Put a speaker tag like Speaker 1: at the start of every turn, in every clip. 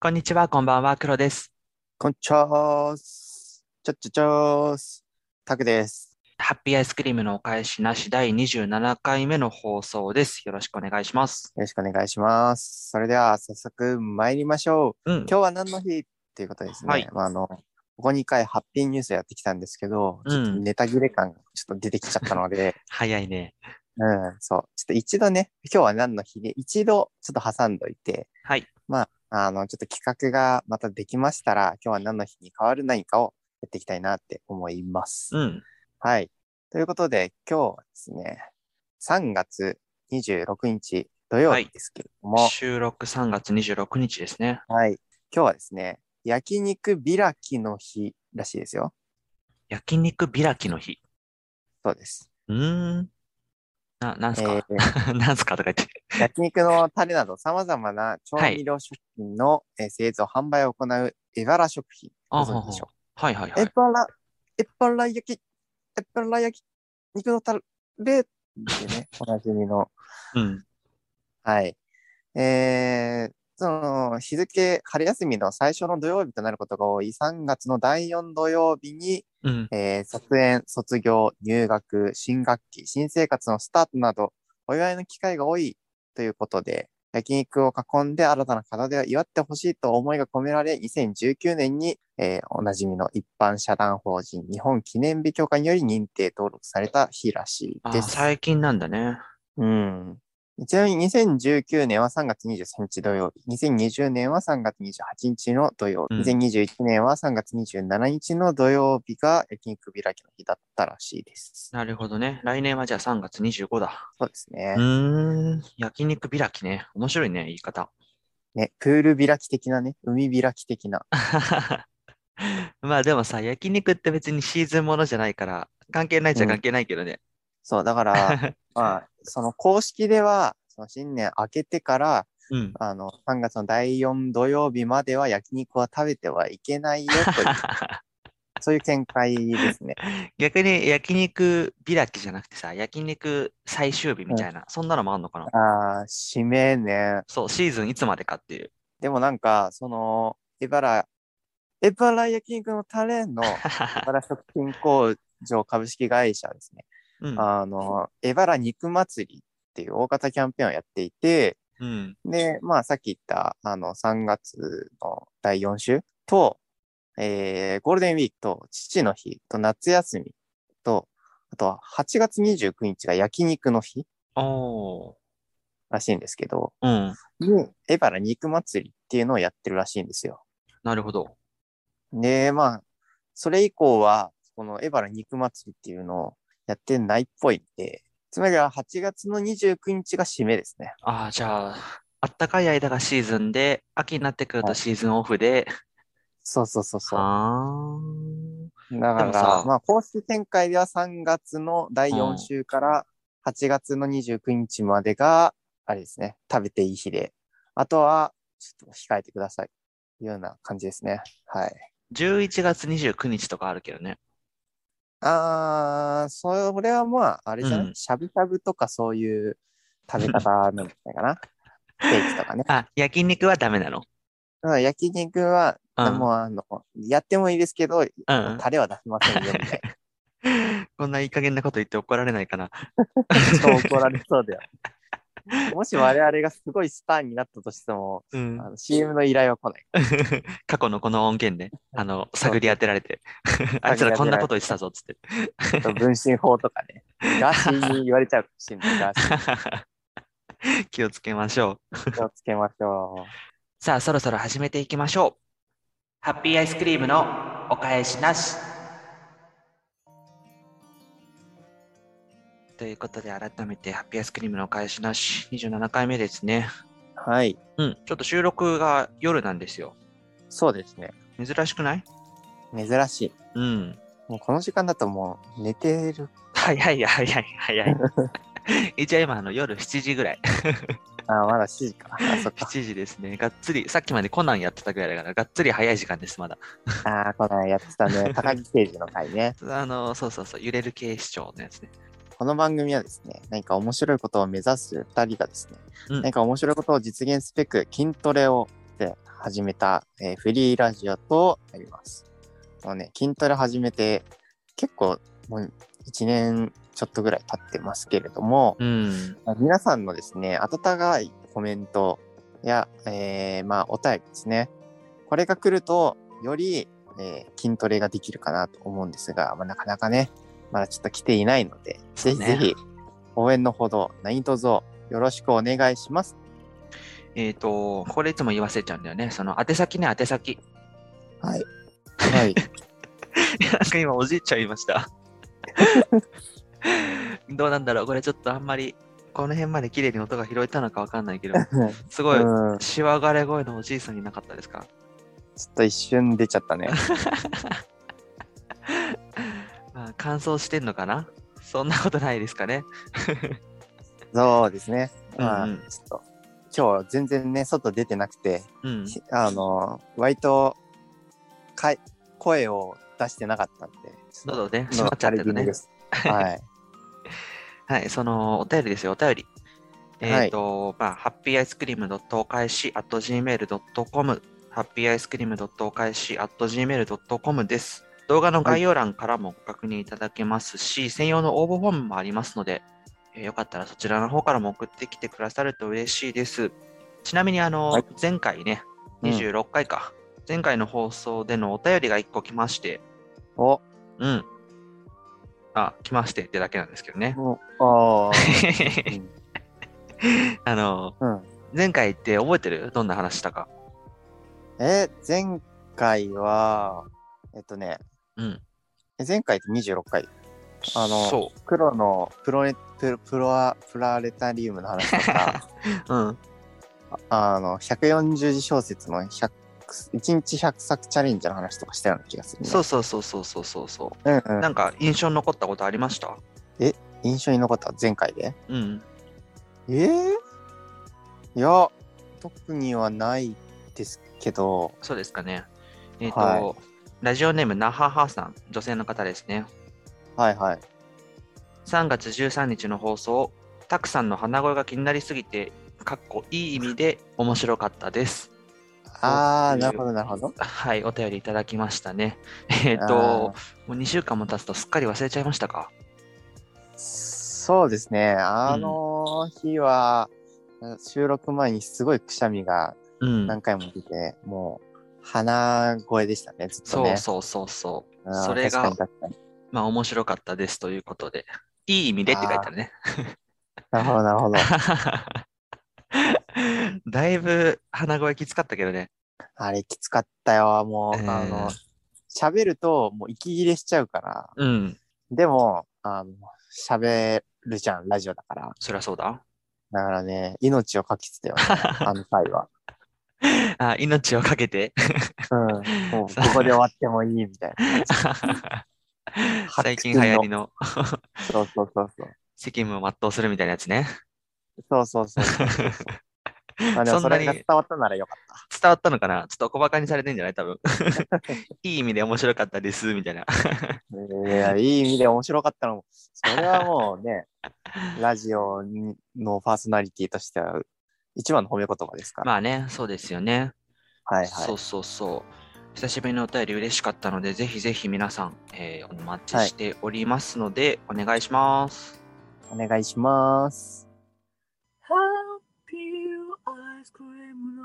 Speaker 1: こんにちは、こんばんは、黒です。
Speaker 2: こんちょーす。ちょっちょちょーす。タクです。
Speaker 1: ハッピーアイスクリームのお返しなし第27回目の放送です。よろしくお願いします。
Speaker 2: よろしくお願いします。それでは早速参りましょう。
Speaker 1: うん。
Speaker 2: 今日は何の日っていうことですね。
Speaker 1: はい
Speaker 2: まあ、あの、ここ2回ハッピーニュースやってきたんですけど、
Speaker 1: うん
Speaker 2: ちょっとネタ切れ感がちょっと出てきちゃったので、
Speaker 1: 早いね。
Speaker 2: うん、そう。ちょっと一度ね、今日は何の日で、一度ちょっと挟んどいて、
Speaker 1: はい。
Speaker 2: あの、ちょっと企画がまたできましたら、今日は何の日に変わる何かをやっていきたいなって思います。
Speaker 1: うん。
Speaker 2: はい。ということで、今日はですね、3月26日土曜日ですけれども、はい、
Speaker 1: 収録3月26日ですね。
Speaker 2: 今日はですね、焼肉開きの日らしいですよ。
Speaker 1: 焼肉開きの日。
Speaker 2: そうです。
Speaker 1: うーん。な、なんすか、
Speaker 2: え ー
Speaker 1: なんすかとか言って。
Speaker 2: 焼肉のタレなど様々な調味料食品の、えー製造、販売を行うエバラ食品。
Speaker 1: あ
Speaker 2: ご存知でしょ
Speaker 1: はいはいは
Speaker 2: エ
Speaker 1: い。
Speaker 2: バラ、エバラ焼き、エバラ焼き、肉のタレっていうね、おなじみの
Speaker 1: うん。
Speaker 2: はい。えー、その日付、春休みの最初の土曜日となることが多い3月の第4土曜日に、
Speaker 1: うん。
Speaker 2: えー、卒園、卒業、入学、新学期、新生活のスタートなど、お祝いの機会が多いということで、焼肉を囲んで新たな門出を祝ってほしいと思いが込められ、2019年に、えーおなじみの一般社団法人日本記念日協会により認定登録された日らしい
Speaker 1: あ
Speaker 2: で
Speaker 1: ー、
Speaker 2: す。
Speaker 1: 最近なんだね。
Speaker 2: うん。ちなみに2019年は3月23日土曜日、2020年は3月28日の土曜日、
Speaker 1: うん
Speaker 2: 2021年は3月27日の土曜日が焼肉開きの日だったらしいです。
Speaker 1: なるほどね。来年はじゃあ3月25だ。
Speaker 2: そうですね
Speaker 1: う。ーん。焼肉開きね。面白いね、言い方。
Speaker 2: ね、プール開き的なね、海開き的な。
Speaker 1: まあでもさ、焼肉って別にシーズンものじゃないから、関係ないっちゃ
Speaker 2: うん
Speaker 1: 関係ないけどね。
Speaker 2: そう、だから、 まあ、その公式では、その新年明けてから、
Speaker 1: うん。
Speaker 2: あの、3月の第4土曜日までは焼肉は食べてはいけないよ という、そういう見解ですね。
Speaker 1: 逆に焼肉開きじゃなくてさ、焼肉最終日みたいな、そんなのもあんのかな
Speaker 2: ああ、締めね。
Speaker 1: そう、シーズンいつまでかって いう。
Speaker 2: でもなんか、その、エバラ、エバラ焼肉のタレ の、エバラ食品工場株式会社ですね。
Speaker 1: うん。
Speaker 2: あの、エバラ肉祭りっていう大型キャンペーンをやっていて、
Speaker 1: うん。
Speaker 2: で、まあさっき言った、あの、3月の第4週と、えーゴールデンウィークと父の日と夏休みと、あとは8月29日が焼肉の日
Speaker 1: おー。
Speaker 2: らしいんですけど、
Speaker 1: うん。
Speaker 2: にエバラ肉祭りっていうのをやってるらしいんですよ。
Speaker 1: なるほど。
Speaker 2: で、まあ、それ以降は、このエバラ肉祭りっていうのをやってないっぽいんで、つまりは8月の29日が締めですね。
Speaker 1: ああ、じゃあ、あったかい間がシーズンで、秋になってくるとシーズンオフで、
Speaker 2: そうそうそうそう。
Speaker 1: あ
Speaker 2: だ
Speaker 1: で
Speaker 2: か
Speaker 1: もさ
Speaker 2: ら、まあ、公式展開では3月の第4週から8月の29日までが、あれですね、食べていい日で、あとは、ちょっと控えてください。いうような感じですね。はい。
Speaker 1: ー。11月29日とかあるけどね。
Speaker 2: あー、それはまあ、あれじゃない、
Speaker 1: うん
Speaker 2: しゃぶしゃぶとかそういう食べ方なんじゃない かな。ステーキとかね。
Speaker 1: あ、焼肉はダメなの。
Speaker 2: だから焼肉は、
Speaker 1: うん。
Speaker 2: もうあの、やってもいいですけど、
Speaker 1: うん。
Speaker 2: タレは出しませんよ、みたい
Speaker 1: こんないい加減なこと言って怒られないかな。
Speaker 2: な。超怒られそうだよ。もし我々がすごいスターになったとしても、
Speaker 1: うん
Speaker 2: あの CM の依頼は来ない。
Speaker 1: 過去のこの音源で、あの、探り当てられて、あいつらこんなこと言ってたぞ、つって。
Speaker 2: あと分身法とか ね。ガーシーに言われちゃうかもしれない。ガーシ
Speaker 1: 気をつけましょう。
Speaker 2: ー気をつけましょ
Speaker 1: さあ、そろそろ始めていきましょう。ハッピーアイスクリームのお返しなし。ということで、改めて、ハッピーアイスクリームのお返しなし、27回目ですね。
Speaker 2: う。はい。
Speaker 1: うん、ちょっと収録が夜なんですよ。
Speaker 2: そうですね。
Speaker 1: 珍しくない
Speaker 2: 珍しい。
Speaker 1: うん。
Speaker 2: もうこの時間だともう寝てる。
Speaker 1: 早い早い早 い。一応今あの夜7時ぐらい。
Speaker 2: あー、まだ7時 か。あ、そっか。
Speaker 1: 7時ですね。がっつり、さっきまでコナンやってたぐらいだから、がっつり早い時間です、まだ。
Speaker 2: ああ、この間やって たね。高木誠二の回ね。
Speaker 1: あの、そうそうそう、揺れる警視庁のやつね。
Speaker 2: この番組はですね、何か面白いことを目指す2人がですね、
Speaker 1: うん
Speaker 2: 何か面白いことを実現すべく筋トレをして、始めた、えーフリーラジオとなります。もうね、筋トレ始めて結構もう1年ちょっとぐらい経ってますけれども、
Speaker 1: うん。
Speaker 2: まあ皆さんのですね、温かいコメントや、えーまあ、お便りですね。これが来ると、より、えー筋トレができるかなと思うんですが、まあ、なかなかね、まだちょっと来ていないので、ぜひ
Speaker 1: ね
Speaker 2: ぜひ、応援のほど、何卒よろしくお願いします。
Speaker 1: えっ、と、これいつも言わせちゃうんだよね。その、宛先ね、宛先。
Speaker 2: はい。はい。
Speaker 1: なんか今、おじいちゃん言いま した。どうなんだろうこれちょっとあんまり、この辺まで綺麗に音が拾えたのかわかんないけど、 すごい、
Speaker 2: うん、ち
Speaker 1: しわがれ声のおじいさんになかったですか
Speaker 2: ょっと一瞬出ちゃっ たね。
Speaker 1: まあ、乾燥してんのかなそんなことないですかね。
Speaker 2: そうですね。まあ、
Speaker 1: うんうん
Speaker 2: ちょっと、今日全然ね、外出てなくて、
Speaker 1: うん。
Speaker 2: あの、割と、かい、声を出してなかったんで。
Speaker 1: 喉ね、閉
Speaker 2: の
Speaker 1: まっちゃってる
Speaker 2: あれ気味
Speaker 1: ね
Speaker 2: で。す はい。
Speaker 1: はい、そのお便りですよ、お便り。えっ、と、まあ、ハッピーアイスクリームお返し、at gmail.com、ハッピーアイスクリームお返し、at gmail.com です。動画の概要欄からもご確認いただけますし、専用の応募フォームもありますので、えーよかったらそちらの方からも送ってきてくださると嬉しいです。ちなみに、あの、
Speaker 2: はい
Speaker 1: 前回ね、26回か、前回の放送でのお便りが1個来まして、
Speaker 2: お、
Speaker 1: うん。あ、来ましてってだけなんですけどね。
Speaker 2: もう、あ
Speaker 1: あの、
Speaker 2: ーうん。
Speaker 1: 前回って覚えてるどんな話したか。
Speaker 2: え、前回は、えっとね、
Speaker 1: うん。
Speaker 2: え前回って26回、あの
Speaker 1: そ
Speaker 2: 黒のプロレ、プロ、プロア、プラレタリウムの話と か、
Speaker 1: う。うん。
Speaker 2: あの、140字小説の100、1日100作チャレンジの話とかしたような気がする、ね。。
Speaker 1: そうそうそうそうそうそうそう
Speaker 2: うんう
Speaker 1: う。
Speaker 2: ん
Speaker 1: な。んか印象に残ったことありました
Speaker 2: 印象に残った前回で。
Speaker 1: うん。
Speaker 2: ええいや、特にはないですけど、
Speaker 1: そうですかね。えっ、と、
Speaker 2: は
Speaker 1: ラジオネームなははさん、女性の方ですね。
Speaker 2: はいはい。
Speaker 1: 3月13日の放送、たくさんの鼻声が気になりすぎて、かっこいい意味で面白かったです。
Speaker 2: あ
Speaker 1: そ
Speaker 2: ー、な
Speaker 1: う
Speaker 2: るほどなるほど。
Speaker 1: はい、お便りいただきましたね。えっ、と、もう2週間も経つとすっかり忘れちゃいましたか
Speaker 2: そうですね。あの日は、収録前にすごいくしゃみが
Speaker 1: うん。
Speaker 2: 何回も出て、もう、鼻声でしたね、ずっと
Speaker 1: そう
Speaker 2: ね。
Speaker 1: そうそうそう。
Speaker 2: あー
Speaker 1: それが
Speaker 2: 確かに確かに
Speaker 1: まあ面白かったですということで、いい意味でって書いてあるね。
Speaker 2: なるほど、な るほど。
Speaker 1: だいぶ鼻声きつかったけどね。
Speaker 2: あれ、きつかったよ、もう、
Speaker 1: うん
Speaker 2: あの、喋ると、もう息切れしちゃうから。
Speaker 1: うん、
Speaker 2: でも、あの、喋るじゃん、ラジオだから。
Speaker 1: そりゃそうだ。
Speaker 2: だからね、命をかけてたよね、あの回は。
Speaker 1: あ命をかけ て。
Speaker 2: うん。もう、ここで終わってもいいみたいな。
Speaker 1: 最近流行りの
Speaker 2: そうそうそうそう。
Speaker 1: 責務を全うするみたいなやつね。
Speaker 2: そうそうそうそう。まあでも、
Speaker 1: そ
Speaker 2: そ
Speaker 1: んな
Speaker 2: れ
Speaker 1: に
Speaker 2: が伝わったならよかっ
Speaker 1: 伝わったのかなちょっと小馬鹿にされてんじゃない多分。 いい意味で面白かったです、みたいな。
Speaker 2: た。いや、いい意味で面白かったのも、それはもう ね、ラジオにのパーソナリティとしては、一番の褒め言葉ですから。
Speaker 1: まあね、そうですよね。
Speaker 2: はいは
Speaker 1: そう
Speaker 2: い。
Speaker 1: そうそう。久しぶりのお便り嬉しかったので、ぜひぜひ皆さん、えーお待ちしておりますので、お願いします。
Speaker 2: お願いします。
Speaker 3: ハッピーアイスクリームの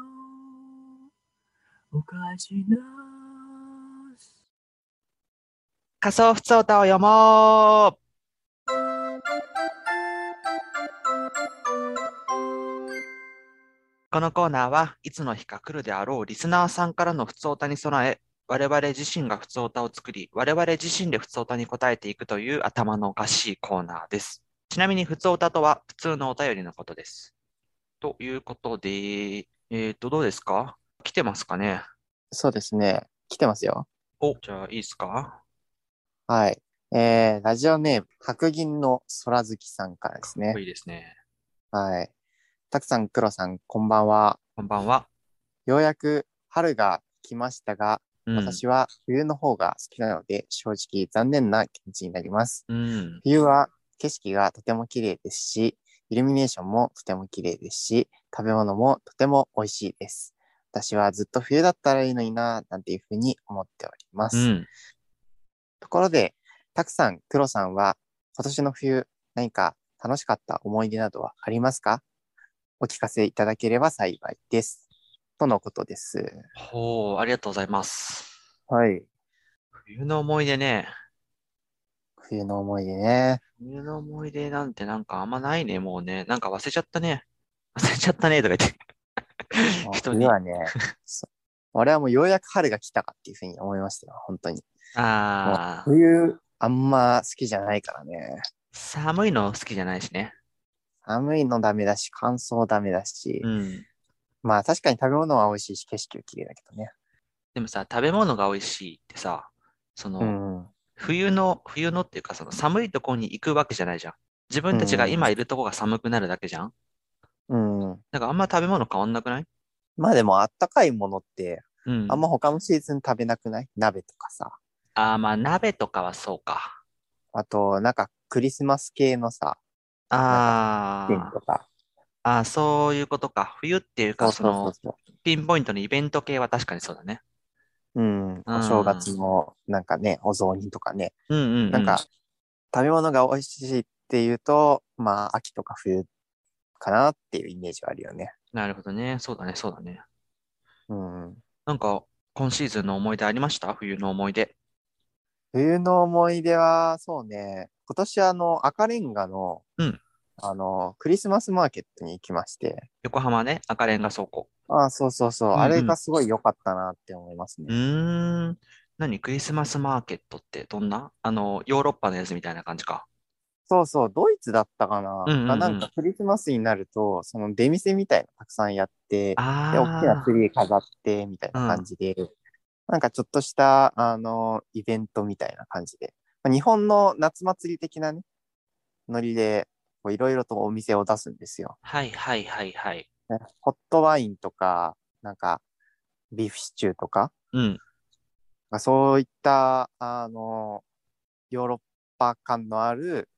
Speaker 3: お菓子なーす。
Speaker 1: 仮想普通歌を読もうこのコーナーはいつの日か来るであろうリスナーさんからの普通歌に備え、我々自身が普通歌を作り、我々自身で普通歌に答えていくという頭のおかしいコーナーです。ちなみに普通歌とは普通のお便りのことです。ということで、えー、と、どうですか来てますかね
Speaker 2: そうですね。来てますよ。
Speaker 1: お、じゃあいいですか
Speaker 2: はい。えー、ラジオネーム、白銀の空月さんからです
Speaker 1: かっ
Speaker 2: ね
Speaker 1: こ。いいですね。
Speaker 2: はい。たくさん、黒さん、こんばんは。
Speaker 1: こんばんは。
Speaker 2: ようやく春が来ましたが、
Speaker 1: うん
Speaker 2: 私は冬の方が好きなので、正直残念な気持ちになります。
Speaker 1: うん。
Speaker 2: 冬は景色がとても綺麗ですし、イルミネーションもとても綺麗ですし、食べ物もとても美味しいです。私はずっと冬だったらいいのにな、なんていうふうに思っておりま
Speaker 1: う
Speaker 2: す。
Speaker 1: ん。
Speaker 2: ところで、たくさん、黒さんは、今年の冬、何か楽しかった思い出などはありますかお聞かせいただければ幸いです。とのことです。
Speaker 1: ほう、ありがとうございます。
Speaker 2: はい。
Speaker 1: 冬の思い出ね。
Speaker 2: 冬の思い出ね。
Speaker 1: 冬の思い出なんてなんかあんまないね、もうね。なんか忘れちゃったね。 忘れちゃったね、とか言って。人に
Speaker 2: 冬。はね、 そう俺はもうようやく春が来たかっていうふうに思いましたよ、本当に。
Speaker 1: ああ、
Speaker 2: 冬、あんま好きじゃないからね。
Speaker 1: 寒いの好きじゃないしね。
Speaker 2: 寒いのダメだし、乾燥ダメだし、
Speaker 1: うん。
Speaker 2: まあ確かに食べ物は美味しいし、景色は綺麗だけどね。
Speaker 1: でもさ、食べ物が美味しいってさ、その、
Speaker 2: うん。
Speaker 1: 冬の、冬のっていうか、その寒いとこに行くわけじゃないじゃん。自分たちが
Speaker 2: うん
Speaker 1: 今いるとこが寒くなるだけじゃん。
Speaker 2: うん。
Speaker 1: なんかあんま食べ物変わんなくない
Speaker 2: まあでもあったかいものって、
Speaker 1: うん。
Speaker 2: あんま他のシーズン食べなくない鍋とかさ。
Speaker 1: あーまあ鍋とかはそうか。
Speaker 2: あと、なんかクリスマス系のさ、
Speaker 1: あ
Speaker 2: ケーキとか。
Speaker 1: あ、あーそういうことか。冬っていうか、その、
Speaker 2: そ
Speaker 1: ピンポイントのイベント系は確かにそうだね。
Speaker 2: う。うん。お正月の、なんかね、お雑煮とかね。
Speaker 1: うんうん、うん。
Speaker 2: なんか、食べ物が美味しいっていうと、まあ、秋とか冬かなっていうイメージはあるよね。
Speaker 1: なるほどね。そうだね、そうだね。
Speaker 2: うん。
Speaker 1: なんか、今シーズンの思い出ありました冬の思い出。
Speaker 2: 冬の思い出は、そうね、今年あの、赤レンガの、
Speaker 1: うん
Speaker 2: あの、クリスマスマーケットに行きまして、
Speaker 1: 横浜ね、赤レンガ倉庫。
Speaker 2: ああ、そうそうそう、
Speaker 1: うんうん
Speaker 2: あれがすごい良かったなって思います
Speaker 1: う
Speaker 2: ね。
Speaker 1: ーん。何クリスマスマーケットってどんなあの、ヨーロッパのやつみたいな感じか。
Speaker 2: そうそう、ドイツだったかな、
Speaker 1: うんうんうん
Speaker 2: がなんかクリスマスになると、その出店みたいなのたくさんやって、で、大きな
Speaker 1: あ
Speaker 2: ツリー飾って、みたいな感じで、なんかちょっとした、あの、イベントみたいな感じで、まあ日本の夏祭り的なね、ノリで、こういろいろとお店を出すんですよ。
Speaker 1: あ。はいはいはいはい。
Speaker 2: ねホットワインとか、なんか、ビーフシチューとか、
Speaker 1: うん。
Speaker 2: まあそういった、あの、ヨーロッパ感のある、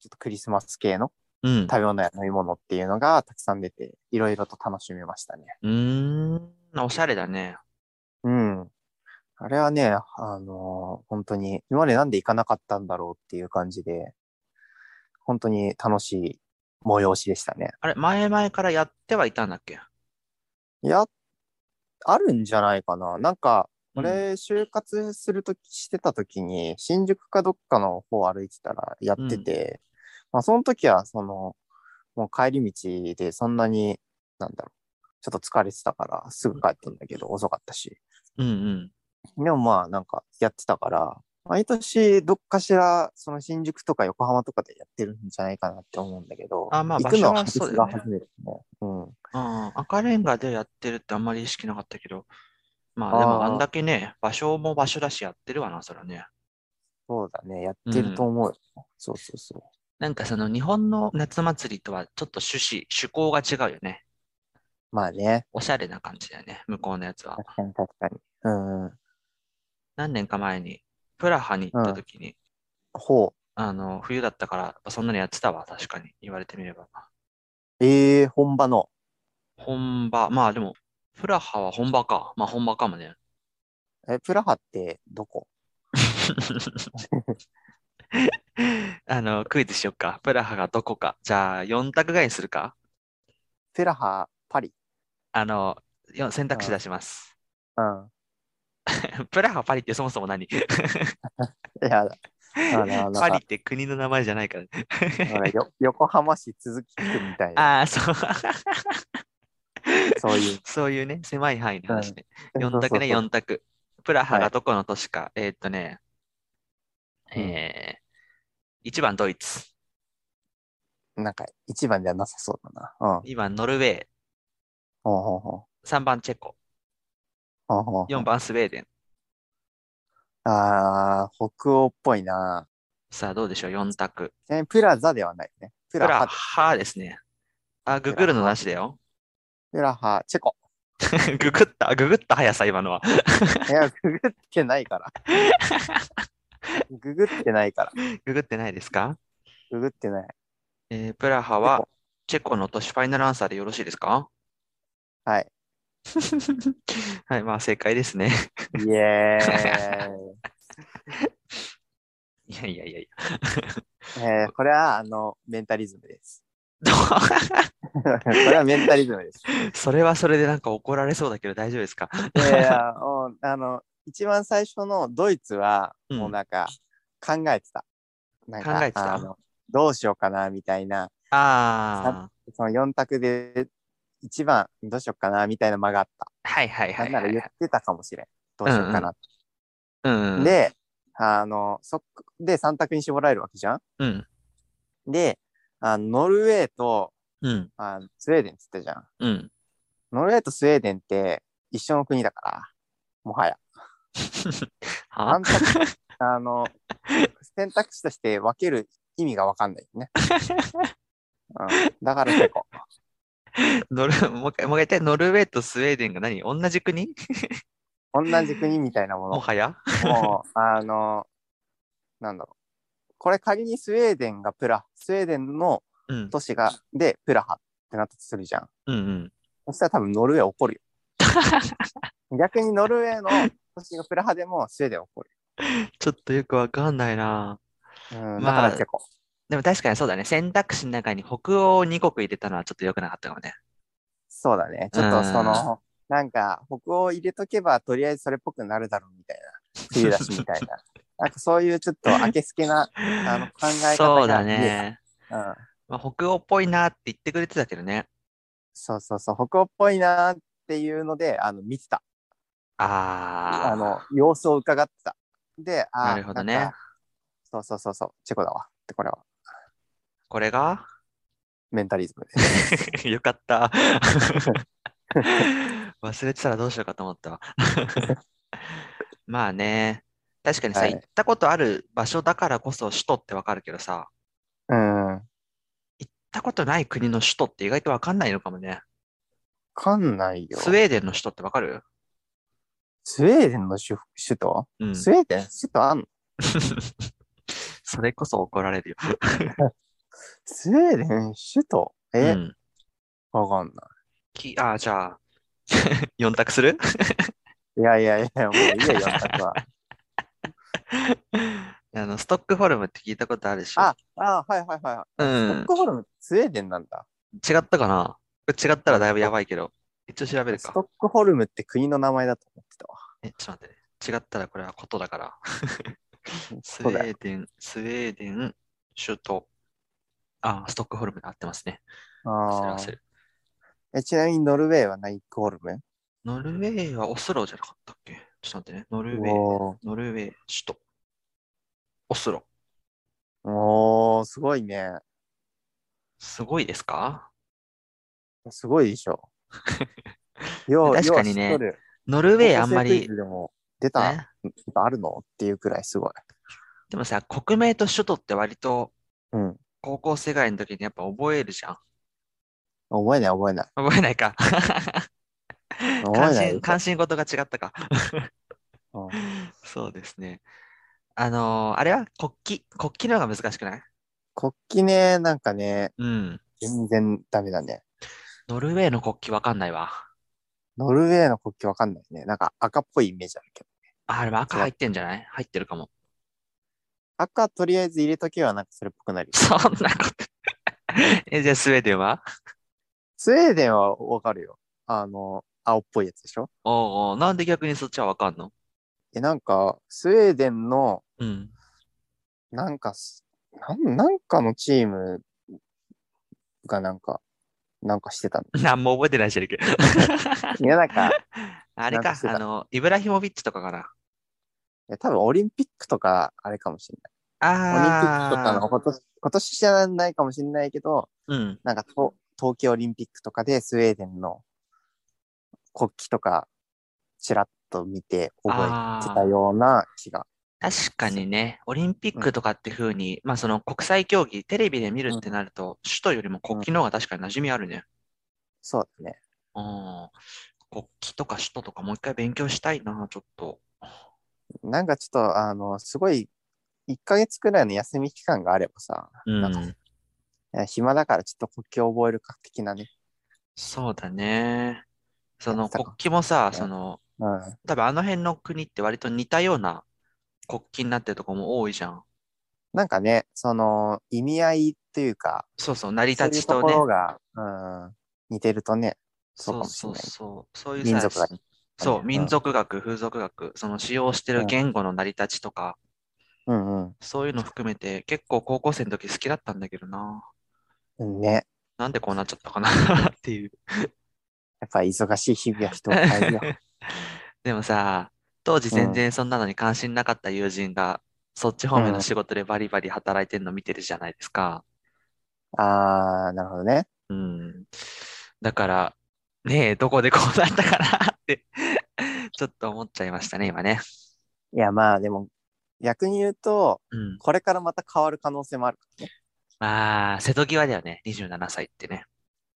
Speaker 2: ちょっとクリスマス系の
Speaker 1: うん。
Speaker 2: 食べ物や飲み物っていうのがたくさん出て、いろいろと楽しめましたね。
Speaker 1: うーん。おしゃれだね。
Speaker 2: うん。あれはね、あの、本当に、今までなんで行かなかったんだろうっていう感じで、本当に楽しい催しでしたね。
Speaker 1: あれ、前々からやってはいたんだっけ
Speaker 2: いや、あるんじゃないかな。なんか、
Speaker 1: うん
Speaker 2: 俺、就活するとき、してたときに、新宿かどっかの方歩いてたらやってて、まあ、その時は、その、もう帰り道でそんなに、なんだろう、ちょっと疲れてたから、すぐ帰ったんだけど、遅かったし。
Speaker 1: うんうん。
Speaker 2: でもまあ、なんか、やってたから、毎年、どっかしら、その新宿とか横浜とかでやってるんじゃないかなって思うんだけど、
Speaker 1: あまあ
Speaker 2: 行くの
Speaker 1: 場所はそうだよね
Speaker 2: 私が初めてね。うん。
Speaker 1: ああ、赤レンガでやってるってあんまり意識なかったけど、まあでも
Speaker 2: あ
Speaker 1: あ
Speaker 2: ー
Speaker 1: んだけね、場所も場所だしやってるわな、そらね。
Speaker 2: そうだね、やってると思うよ。そうそうそう。
Speaker 1: なんかその日本の夏祭りとはちょっと趣旨、趣向が違うよね。
Speaker 2: まあね、
Speaker 1: おしゃれな感じだよね、向こうのやつは。
Speaker 2: 確かに確かに。うん。
Speaker 1: 何年か前に、プラハに行った時に、
Speaker 2: ほ
Speaker 1: あの、冬だったから、そんなのやってたわ、確かに。言われてみれば。
Speaker 2: う。ええ本場の。
Speaker 1: 本場、まあでも、プラハは本場か。まあ本場かもね。
Speaker 2: え、プラハってどこ
Speaker 1: あの、クイズしよっか。プラハがどこか。じゃあ、4択外にするか。
Speaker 2: プラハ、パリ。
Speaker 1: あの、よ選択肢出します。
Speaker 2: うん。
Speaker 1: プラハ、パリってそもそも何
Speaker 2: いや、あの、なん
Speaker 1: パリ
Speaker 2: か
Speaker 1: っ、て国の名前じゃないからね。
Speaker 2: ほら よ横浜市鈴木区みたいな、
Speaker 1: ああ、そう。
Speaker 2: そういう。
Speaker 1: そういうね、狭い範囲の話ね。4
Speaker 2: そうそ
Speaker 1: 択
Speaker 2: う
Speaker 1: ね、
Speaker 2: そう
Speaker 1: 4択。プラハ
Speaker 2: は
Speaker 1: が
Speaker 2: い
Speaker 1: どこの都市か。えーっとね、
Speaker 2: うん
Speaker 1: えー、1番ドイツ、
Speaker 2: なんか、一番ではなさそうだな。うん。
Speaker 1: 2番ノルウェー、
Speaker 2: ほうほうほう。
Speaker 1: 3番チェコ、
Speaker 2: ほうほうほう
Speaker 1: 4番スウェーデン。
Speaker 2: あー、北欧っぽいな。
Speaker 1: さあ、どうでしょう、4択。
Speaker 2: ちなみにプラザではないね。プ
Speaker 1: プ
Speaker 2: ラ
Speaker 1: ラ
Speaker 2: ハ、
Speaker 1: ハですね。あ、ググるのなしだよ。
Speaker 2: プラハ、チェコ。
Speaker 1: ググった、ググった速さ、今のは。
Speaker 2: いや、ググってな いから。ググってないから。
Speaker 1: ググってないですか、
Speaker 2: ググってない。
Speaker 1: えープラハはチェコの都市ファイナルアンサーでよろしいですか
Speaker 2: はい。
Speaker 1: はい、まあ正解ですね。
Speaker 2: イエーイ。
Speaker 1: いやいやいやい
Speaker 2: えーこれは、あの、メンタリズムです。
Speaker 1: や。
Speaker 2: これはメンタリズムです。
Speaker 1: それはそれでなんか怒られそうだけど大丈夫ですか
Speaker 2: いやいや、もうあの、一番最初のドイツは、
Speaker 1: うん
Speaker 2: もうなんか、考えてた。なんか
Speaker 1: 考えてた
Speaker 2: あのどうしようかな、みたいな。
Speaker 1: ああ。
Speaker 2: その4択で、一番、どうしようかな、みたいな間があっ
Speaker 1: はいはい
Speaker 2: た。
Speaker 1: は
Speaker 2: ないんな
Speaker 1: は
Speaker 2: ら
Speaker 1: い
Speaker 2: 言
Speaker 1: は
Speaker 2: っ
Speaker 1: い。
Speaker 2: てたかもしれん。どうしようかな。
Speaker 1: うん。、
Speaker 2: で、あの、そっかで、3択に絞られるわけじゃん
Speaker 1: うん。
Speaker 2: で、あノルウェーと
Speaker 1: うん。
Speaker 2: あスウェーデンって言ったじゃん。
Speaker 1: うん。
Speaker 2: ノルウェーとスウェーデンって一緒の国だから、もはや。
Speaker 1: は
Speaker 2: 選択あの選択肢として分ける意味が分かんないよね。うん、だから結構。
Speaker 1: ノルもう一回、もう一回言って、ノルウェーとスウェーデンが何同じ国
Speaker 2: 同じ国みたいなも
Speaker 1: も
Speaker 2: の。
Speaker 1: はや
Speaker 2: もう、あの、なんだろう。これ仮にスウェーデンがプラ、スウェーデンの
Speaker 1: うん。
Speaker 2: 都市が、で、プラハってなったとするじゃん。
Speaker 1: うんうん。
Speaker 2: そしたら多分ノルウェー怒る よ。逆にノルウェーの都市がプラハでもスウェーデン怒る
Speaker 1: ちょっとよくわかんないな。
Speaker 2: よ。うん、だ
Speaker 1: まあ
Speaker 2: から結構。
Speaker 1: でも確かにそうだね。選択肢の中に北欧を2国入れたのはちょっと良くなかったかもね。
Speaker 2: そうだね。ちょっとその、なんか、北欧を入れとけば、とりあえずそれっぽくなるだろうみたいな。冬だしみたい な。なんかそういうちょっと明けすけな、あの考え方が
Speaker 1: そうだね。
Speaker 2: うん。
Speaker 1: まあ、北欧っぽいなって言ってくれてたけどね。
Speaker 2: そうそうそう、北欧っぽいなーっていうので、あの、見てた。
Speaker 1: あ
Speaker 2: あ
Speaker 1: あ。
Speaker 2: の、様子を伺ってた。で、あー
Speaker 1: なるほどね
Speaker 2: んかそうそうそうそう、チェコだわ。ってこれは、
Speaker 1: これが
Speaker 2: メンタリズムです。
Speaker 1: よか った。忘れてたらどうしようかと思ったわ。 まあね。確かにさ、
Speaker 2: はい
Speaker 1: 行ったことある場所だからこそ首都ってわかるけどさ、
Speaker 2: うん。
Speaker 1: 行ったことない国の首都って意外とわかんないのかもね。
Speaker 2: わかんないよ。
Speaker 1: スウェーデンの首都ってわかる
Speaker 2: スウェーデンの首首都、
Speaker 1: うん。
Speaker 2: スウェーデン首都あんの
Speaker 1: それこそ怒られるよ。
Speaker 2: スウェーデン首都
Speaker 1: う
Speaker 2: え、
Speaker 1: ん、
Speaker 2: わかんない。
Speaker 1: きあ、じ ゃあ、4択する
Speaker 2: いやいやいや、もういいよ、やったくは。
Speaker 1: あの、ストックホルムって聞いたことあるでしょ。
Speaker 2: あ、あはいはいはいはい。
Speaker 1: うん
Speaker 2: ストックホルム、スウェーデンなんだ。
Speaker 1: 違ったかな違ったらだいぶやばいけど。一応調べる
Speaker 2: ス
Speaker 1: か。
Speaker 2: トックホルムって国の名前だと思ってたわ。
Speaker 1: え、ちょっと待ってね。違ったらこれはことだから。スウ
Speaker 2: そうだ
Speaker 1: ェ
Speaker 2: よ。
Speaker 1: ーデン、スウェーデン、首都。あ、ストックホルムで合ってますね。忘れ
Speaker 2: あ
Speaker 1: 忘
Speaker 2: ー
Speaker 1: れ
Speaker 2: えちなみにノルウェーはナイクホルム
Speaker 1: ノルウェーはオスロじゃなかったっけちょっと待ってね。ノルウェー、
Speaker 2: お
Speaker 1: ノルウェー、首都。オスロ。
Speaker 2: ーおー、すごいね。
Speaker 1: すごいですか
Speaker 2: すごいで しょ。よう、
Speaker 1: 確かにね
Speaker 2: よう知っとる
Speaker 1: ノルウェーあんま
Speaker 2: 国
Speaker 1: り
Speaker 2: 際クイ、ズでも出た
Speaker 1: ね
Speaker 2: ことあるのっていうくらいすごい。
Speaker 1: でもさ、国名と首都って割と
Speaker 2: うん。
Speaker 1: 高校生ぐらいの時にやっぱ覚えるじゃん。
Speaker 2: 覚えない覚えない。
Speaker 1: 覚えないか。関
Speaker 2: 覚えない
Speaker 1: 心、
Speaker 2: よ。
Speaker 1: 関心事が違ったか。
Speaker 2: うん
Speaker 1: そうですね。あのーあれは国旗。国旗の方が難しくない
Speaker 2: 国旗ね、なんかね、
Speaker 1: うん。
Speaker 2: 全然ダメだね。
Speaker 1: ノルウェーの国旗わかんないわ。
Speaker 2: ノルウェーの国旗わかんないね。なんか赤っぽいイメージあるけど。
Speaker 1: あ、でも赤
Speaker 2: そう
Speaker 1: 入ってんじゃない入ってるかも。
Speaker 2: 赤とりあえず入れとけばなんかそれっぽくなるよ。
Speaker 1: そんなこと。 え、じゃあスウェーデンは
Speaker 2: スウェーデンはわかるよ。あの、青っぽいやつでしょ
Speaker 1: おうおうなんで逆にそっちはわかんの
Speaker 2: え、なんか、スウェーデンの、
Speaker 1: うん。
Speaker 2: なんかす、なんなんかのチームがなんか、なんかしてたの。
Speaker 1: なんも覚えてないしだけど。
Speaker 2: いや、なんか、い
Speaker 1: あれ
Speaker 2: なん
Speaker 1: か
Speaker 2: かして、た
Speaker 1: あの、イブラヒモビッチとかかな。
Speaker 2: や多分オリンピックとか、あれかもしれない。オリンピックとかの
Speaker 1: あ
Speaker 2: 今年、今年じゃないかもしれないけど、
Speaker 1: あ、うん。
Speaker 2: なんかと、東京オリンピックとかでスウェーデンの国旗とか、ちらっと見て覚えてたような気が。
Speaker 1: 確かにね、オリンピックとかって風に、まあその国際競技、テレビで見るってなると、首都よりも国旗の方が確かに馴染みあるね。
Speaker 2: そうだね。
Speaker 1: うん。国旗とか首都とかもう一回勉強したいな、ちょっと。
Speaker 2: なんかちょっと、あの、すごい、1ヶ月くらいの休み期間があればさ、
Speaker 1: うん
Speaker 2: なんかいや暇だからちょっと国旗を覚えるか的なね。
Speaker 1: そうだね。そ
Speaker 2: や
Speaker 1: の
Speaker 2: ってた
Speaker 1: 国
Speaker 2: か
Speaker 1: 旗もさ、
Speaker 2: うん
Speaker 1: その、
Speaker 2: うん。
Speaker 1: 多分あの辺の国って割と似たような国旗になってるとこも多いじゃん。
Speaker 2: なんかね、その意味合いっていうか、
Speaker 1: そうそう、成り
Speaker 2: そう
Speaker 1: 立
Speaker 2: いう
Speaker 1: ち
Speaker 2: と
Speaker 1: と
Speaker 2: こ
Speaker 1: ね。
Speaker 2: ろが、うん、似てるとね、そうかもしれ
Speaker 1: そう
Speaker 2: ない。
Speaker 1: そうそう。そういう
Speaker 2: 民
Speaker 1: さ
Speaker 2: 族学
Speaker 1: そうう、
Speaker 2: ん
Speaker 1: 民族学、風俗学、その使用して
Speaker 2: う
Speaker 1: る
Speaker 2: ん
Speaker 1: 言語の成り立ちとか、
Speaker 2: うん
Speaker 1: そういうの含めて、結構高校生の時好きだったんだけどな。
Speaker 2: うん。ね。
Speaker 1: なんでこうなっちゃったかなっていう。
Speaker 2: やっぱ忙しい日々は人を変 えるよ。
Speaker 1: でもさ、当時全然そんなのに関心なかった友人が、そっち方面の仕事でバリバリ働いてるの見てるじゃないですか。
Speaker 2: あー、なるほどね。
Speaker 1: うん。だから、ねえ、どこでこうなったかな って、ちょっと思っちゃいましたね、今ね。
Speaker 2: いや、まあでも、逆に言うと、
Speaker 1: うん。
Speaker 2: これからまた変わる可能性もあるからね。
Speaker 1: まあ、瀬戸際だよね、27歳ってね。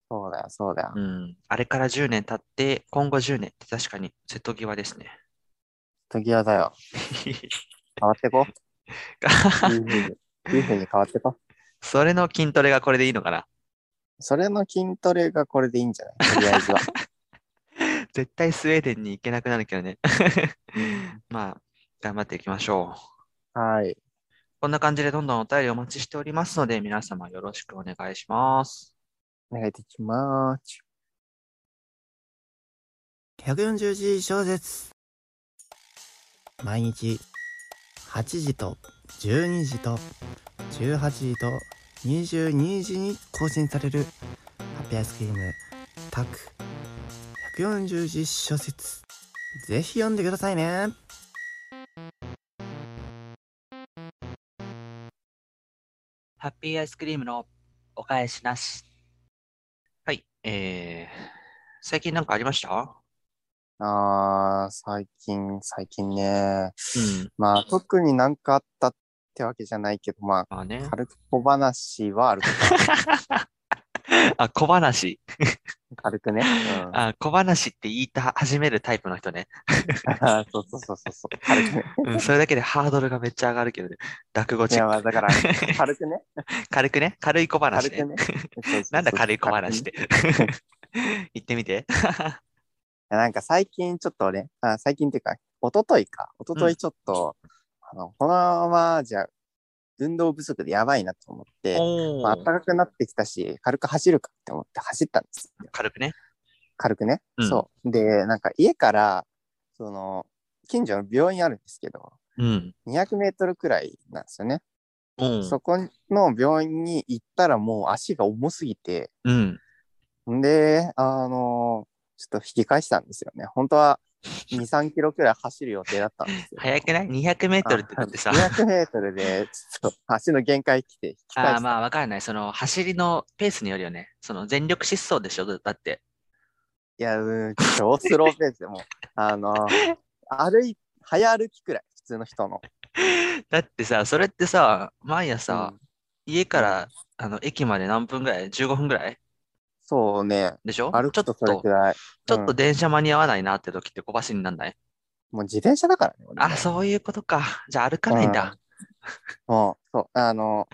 Speaker 2: そうだよ、そうだよ。
Speaker 1: うん。あれから10年経って、今後10年って確かに瀬戸際ですね。
Speaker 2: 時際だよ。変わってこ。いいふうに、いいふうに変わってこ。
Speaker 1: それの筋トレがこれでいいのかな
Speaker 2: それの筋トレがこれでいいんじゃないとりあえず は。
Speaker 1: 絶対スウェーデンに行けなくなるけどね。 まあ、頑張っていきましょう。
Speaker 2: はい。
Speaker 1: こんな感じでどんどんお便りお待ちしておりますので、皆様よろしくお願いします。
Speaker 2: お願いできます。
Speaker 4: 140字小説毎日8時と12時と18時と22時に更新されるハッピーアイスクリームタク140字小説ぜひ読んでくださいね
Speaker 1: ハッピーアイスクリームのお返しなし。はい、えー、最近なんかありました
Speaker 2: あー、最近、最近ね。
Speaker 1: うん。
Speaker 2: まあ、特になんかあったってわけじゃないけど、ま
Speaker 1: まあね
Speaker 2: あ、。軽く小話はある。
Speaker 1: あ、小話。
Speaker 2: 軽くね。うん、
Speaker 1: あ、小話って言いた、始めるタイプの人ね。
Speaker 2: あ ーそうそうそうそうそう。軽くね。
Speaker 1: うん、それだけでハードルがめっちゃ上がるけどね。落語
Speaker 2: い
Speaker 1: チッ
Speaker 2: や、
Speaker 1: ク。
Speaker 2: まあ、だ から、軽くね。
Speaker 1: 軽くね。軽い小話
Speaker 2: 軽
Speaker 1: ね
Speaker 2: く。ね。そうそうそう
Speaker 1: なんだ軽い小話っ。
Speaker 2: 軽くね
Speaker 1: て。言ってみて。
Speaker 2: いやなんか最近ちょっとね、あ最近っていうか、一昨日か。一昨
Speaker 1: うん
Speaker 2: 日ちょっと、あの、このままじゃ、運動不足でやばいなと思って、
Speaker 1: お
Speaker 2: まあ、暖
Speaker 1: ー
Speaker 2: かくなってきたし、軽く走るかって思って走ったんですよ。
Speaker 1: 軽くね。
Speaker 2: 軽くね。
Speaker 1: うん
Speaker 2: そう。で、なんか家から、その、近所の病院あるんですけど、
Speaker 1: うん。
Speaker 2: 200メートルくらいなんですよね。
Speaker 1: うん。
Speaker 2: そこの病院に行ったらもう足が重すぎて、
Speaker 1: うん。
Speaker 2: んで、あのちょっと引き返したんですよね。本当は2、3キロくらい走る予定だったんですよ。
Speaker 1: 早くない ?200 メートルってだってさ。
Speaker 2: 200メートルで、ちょっと足の限界来て引き返し
Speaker 1: あ
Speaker 2: た。
Speaker 1: あ、まあ、わからない。その、走りのペースによるよね。その、全力疾走でしょだって。
Speaker 2: いや、うん、超スローペースでもう、あの、歩い、早歩きくらい、普通の人の。
Speaker 1: だってさ、それってさ、毎朝、家から、あの、駅まで何分ぐらい ?15 分ぐらい
Speaker 2: そうね、
Speaker 1: でしょ
Speaker 2: 歩
Speaker 1: ちょ
Speaker 2: く
Speaker 1: っと、
Speaker 2: と
Speaker 1: ち
Speaker 2: それく
Speaker 1: ょ
Speaker 2: らい。
Speaker 1: っと電車間に合わないなって時って小走りになんない
Speaker 2: もう自転車だからね、俺
Speaker 1: あ、そういうことか。じゃあ歩かないんだ。
Speaker 2: もう、そう、あの、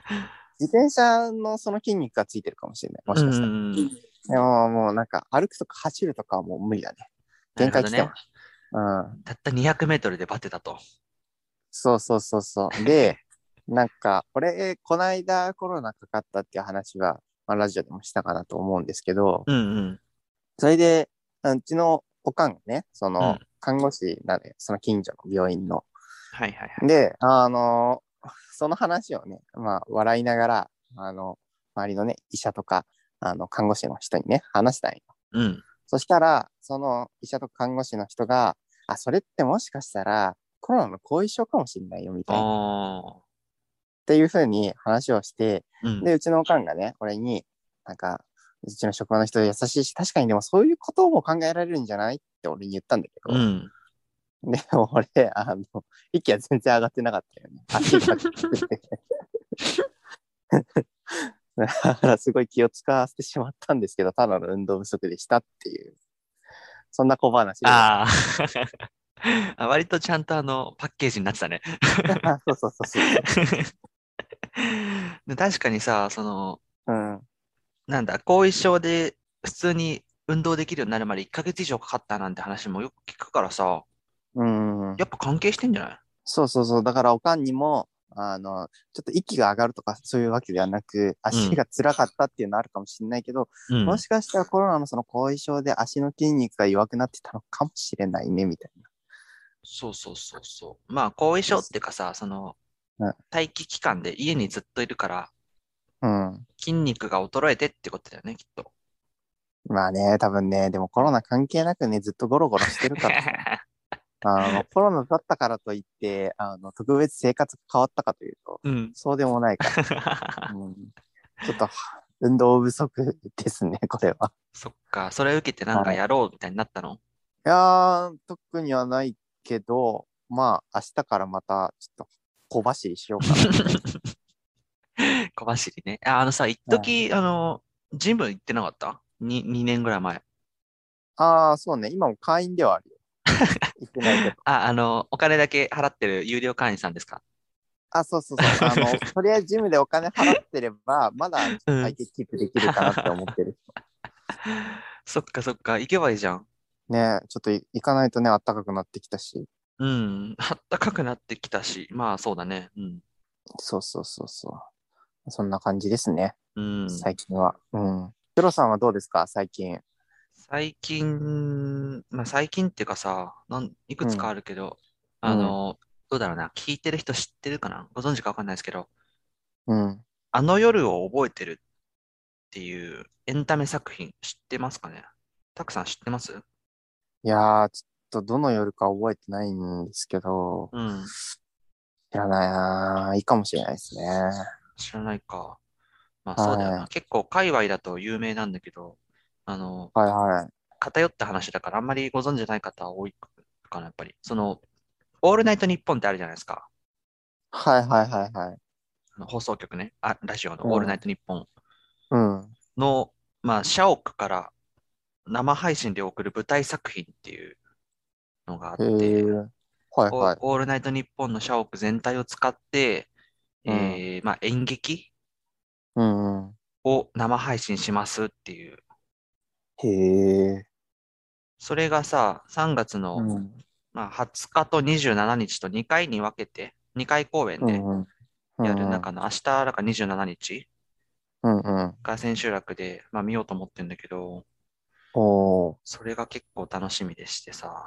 Speaker 2: 自転車のその筋肉がついてるかもしれない、もしかしたら。
Speaker 1: うんうんうん
Speaker 2: でも、もうなんか、歩くとか走るとかはもう無理だね。限界
Speaker 1: な
Speaker 2: 来た
Speaker 1: るほどね
Speaker 2: わ。うん。
Speaker 1: たった200メートルでバテたと。
Speaker 2: そうそうそうそう。で、なんか、俺、こないだコロナかかったっていう話は、まあ、ラジオでもしたかなと思うんですけど、
Speaker 1: うんうん。
Speaker 2: それで、あうちのおかんがね、そうの
Speaker 1: ん、
Speaker 2: 看護師なのよ、その近所の病院の。
Speaker 1: はいはいはい。
Speaker 2: で、あのその話をね、まあ、笑いながら、あの、周りのね、医者とか、あの、看護師の人にね、話したんよ。
Speaker 1: うん。
Speaker 2: そしたら、その医者とか看護師の人が、あ、それってもしかしたら、コロナの後遺症かもしれないよ、みたいな。
Speaker 1: あ
Speaker 2: っていうふうに話をして、
Speaker 1: あ。うん。
Speaker 2: で、うちのおかんがね、俺に、なんか、うちの職場の人優しいし、確かにでもそういうことも考えられるんじゃないって俺に言ったんだけ
Speaker 1: う
Speaker 2: ど、
Speaker 1: ん。
Speaker 2: でも俺、あの、息は全然上がってなかったよね。足が だからすごい気を使わせてしまったんですけど、ただの運動不足でしたっていう、そんな小話で。
Speaker 1: あー あ。割とちゃんとあの、パッケージになってたね。
Speaker 2: そうそうそうそう。
Speaker 1: で確かにさ、その、
Speaker 2: うん。
Speaker 1: なんだ、後遺症で普通に運動できるようになるまで1ヶ月以上かかったなんて話もよく聞くからさ、
Speaker 2: うん。
Speaker 1: やっぱ関係してんじゃない
Speaker 2: そうそうそう。だから、おかんにも、あの、ちょっと息が上がるとかそういうわけではなく、足が辛かったっていうのはあるかもしれないけど、
Speaker 1: うん
Speaker 2: もしかしたらコロナのその後遺症で足の筋肉が弱くなってたのかもしれないね、みたいな。
Speaker 1: そうそうそうそう。まあ、後遺症っていうかさ、その
Speaker 2: うん、
Speaker 1: 待機期間で家にずっといるから、
Speaker 2: うん。
Speaker 1: 筋肉が衰えてってことだよね、きっと。
Speaker 2: まあね、多分ね、でもコロナ関係なくね、ずっとゴロゴロしてる から。あの、コロナだったからといって、あの、特別生活が変わったかというと、
Speaker 1: うん。
Speaker 2: そうでもないから。うん、ちょっと、運動不足ですね、これは。
Speaker 1: そっか、それ受けてなんかやろうみたいになった の
Speaker 2: いやー、特にはないけど、まあ、明日からまた、ちょっと、小走りしようかな。
Speaker 1: 小走りね。ああのさ、一時、あの、ジム行ってなかったに ?2 年ぐらい前。
Speaker 2: あー、そうね。今も会員ではある よ。行ってないけど。
Speaker 1: あ、あの、お金だけ払ってる有料会員さんですか
Speaker 2: あ、そうそうそ う。あの、とりあえずジムでお金払ってれば、まだ、体型キープできるかなって思ってる。
Speaker 1: そっかそっか、行けばいいじゃん。
Speaker 2: ねえちょっとい行かないとね、暖かくなってきたし。
Speaker 1: うん、あったかくなってきたし、まあそうだね。うん。
Speaker 2: そうそうそうそう。そんな感じですね、
Speaker 1: うん、
Speaker 2: 最近は。うん。ヒロさんはどうですか、最近。
Speaker 1: 最近、まあ最近っていうかさ、なんいくつかあるけど、
Speaker 2: うん
Speaker 1: あの、どうだろうな、聞いてる人知ってるかなご存知かわかんないですけど、
Speaker 2: うん。
Speaker 1: あの夜を覚えてるっていうエンタメ作品知ってますかねたくさん知ってます
Speaker 2: いやー、ちょっとどの夜か覚えてないんですけど、
Speaker 1: うん、
Speaker 2: 知らないなーいいかもしれないですね。
Speaker 1: 知らないか。まあそうだよ
Speaker 2: は
Speaker 1: な。結構界隈だと有名なんだけど、あの、
Speaker 2: はいはい。
Speaker 1: 偏った話だから、あんまりご存じない方は多いかな、やっぱり。その、オールナイトニッポンってあるじゃないですか。
Speaker 2: はいはいはいはい。
Speaker 1: あの放送局ね。あ、ラジオの
Speaker 2: うん
Speaker 1: オールナイトニッポン
Speaker 2: うん。
Speaker 1: の、まあ、社屋から生配信で送る舞台作品っていうのがあっ
Speaker 2: へ
Speaker 1: て、
Speaker 2: ー。はい
Speaker 1: お
Speaker 2: はい。
Speaker 1: オールナイトニッポンの社屋全体を使って、
Speaker 2: うん
Speaker 1: えーまあ、演劇
Speaker 2: うんうん。
Speaker 1: を生配信しますっていう。
Speaker 2: へー。
Speaker 1: それがさ、3月の、
Speaker 2: うん。
Speaker 1: まあ、20日と27日と2回に分けて、2回公演
Speaker 2: う
Speaker 1: で、
Speaker 2: んうん。
Speaker 1: やる中の明日だから27日
Speaker 2: うんうん。
Speaker 1: が千秋楽で、まあ、見ようと思ってるんだけど、
Speaker 2: おー。
Speaker 1: それが結構楽しみでしてさ、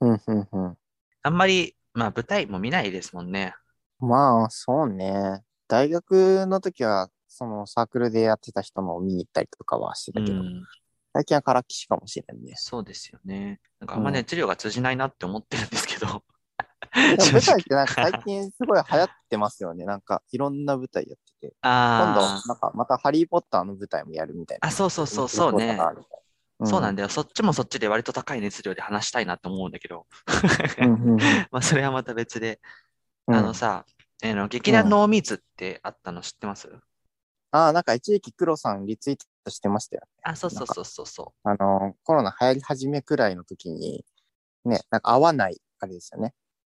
Speaker 2: うんうんうん。
Speaker 1: あんまり、まあ、舞台も見ないですもんね。
Speaker 2: まあ、そうね。大学の時は、そのサークルでやってた人のを見に行ったりとかはして
Speaker 1: う
Speaker 2: たけど、
Speaker 1: ん、
Speaker 2: 最近はからっきしかもしれん ね。
Speaker 1: そうですよね。なんかあんま熱量が通じないなって思ってるんですけど、
Speaker 2: でも
Speaker 1: 正直
Speaker 2: 舞台ってなんか最近すごい流行ってますよね。なんかいろんな舞台やってて。今度、
Speaker 1: あ
Speaker 2: なんかまたハリー・ポッターの舞台もやるみたい
Speaker 1: ー
Speaker 2: な。
Speaker 1: あ、そうそうそう、そうね。そうなんだ
Speaker 2: だ。
Speaker 1: よ。そっちもそっちで割と高い熱量で話したいなと思うんだけど、
Speaker 2: うんうんうん
Speaker 1: まあ、それはまた別で。
Speaker 2: うん
Speaker 1: あのさ、あの劇団ノーミーツってあったの知ってます、
Speaker 2: あー、なんか一時期黒さんリツイートしてましたよ。
Speaker 1: あ、そうそうそうそうそう。
Speaker 2: あの、コロナ流行り始めくらいの時に、ね、なんか合わない、あれですよね。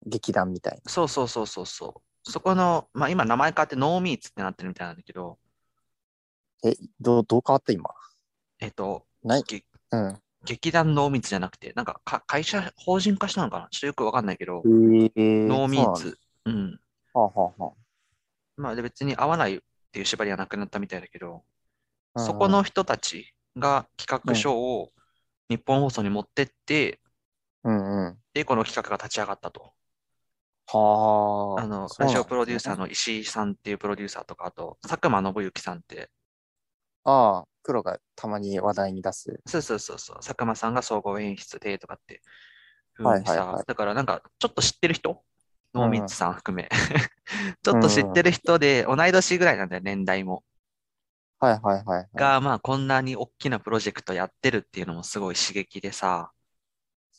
Speaker 2: 劇団みたいな。
Speaker 1: そうそうそうそうそう。そこの、まあ今名前変わってノーミーツってなってるみたいなんだけど、
Speaker 2: え、どう、どう変わった今。
Speaker 1: えっと、
Speaker 2: ない
Speaker 1: げ
Speaker 2: うん。
Speaker 1: 劇団ノーミーツじゃなくて、なんかか会社、法人化したのかなちょっとよくわかんないけど、ノー
Speaker 2: ノ
Speaker 1: ミー。ツ。うん。
Speaker 2: はあはあは
Speaker 1: まあで別に合わないっていう縛りはなくなったみたいだけど、
Speaker 2: あ
Speaker 1: そこの、人たちが企画書を日本放送に持ってって、
Speaker 2: うんうん。
Speaker 1: で、この企画が立ち上がったと。
Speaker 2: はあ。
Speaker 1: あの、
Speaker 2: そ
Speaker 1: ラ
Speaker 2: うなん
Speaker 1: ジ
Speaker 2: だ
Speaker 1: オプロデューサーの石井さんっていうプロデューサーとか、あと、佐久間信之さんって、
Speaker 2: ああ、黒がたまに話題に出す。
Speaker 1: そうそうそうそう、佐久間さんが総合演出でとかって、ふ
Speaker 2: は
Speaker 1: う
Speaker 2: い
Speaker 1: に
Speaker 2: はいはい
Speaker 1: さ、だからなんか、ちょっと知ってる人
Speaker 2: うん
Speaker 1: 能光さん含め、 ちょっと知ってる人で、同い年ぐらいなんだよ、年代も。
Speaker 2: はいはいはいはい。
Speaker 1: が、まあ、こんなに大きなプロジェクトやってるっていうのもすごい刺激でさ、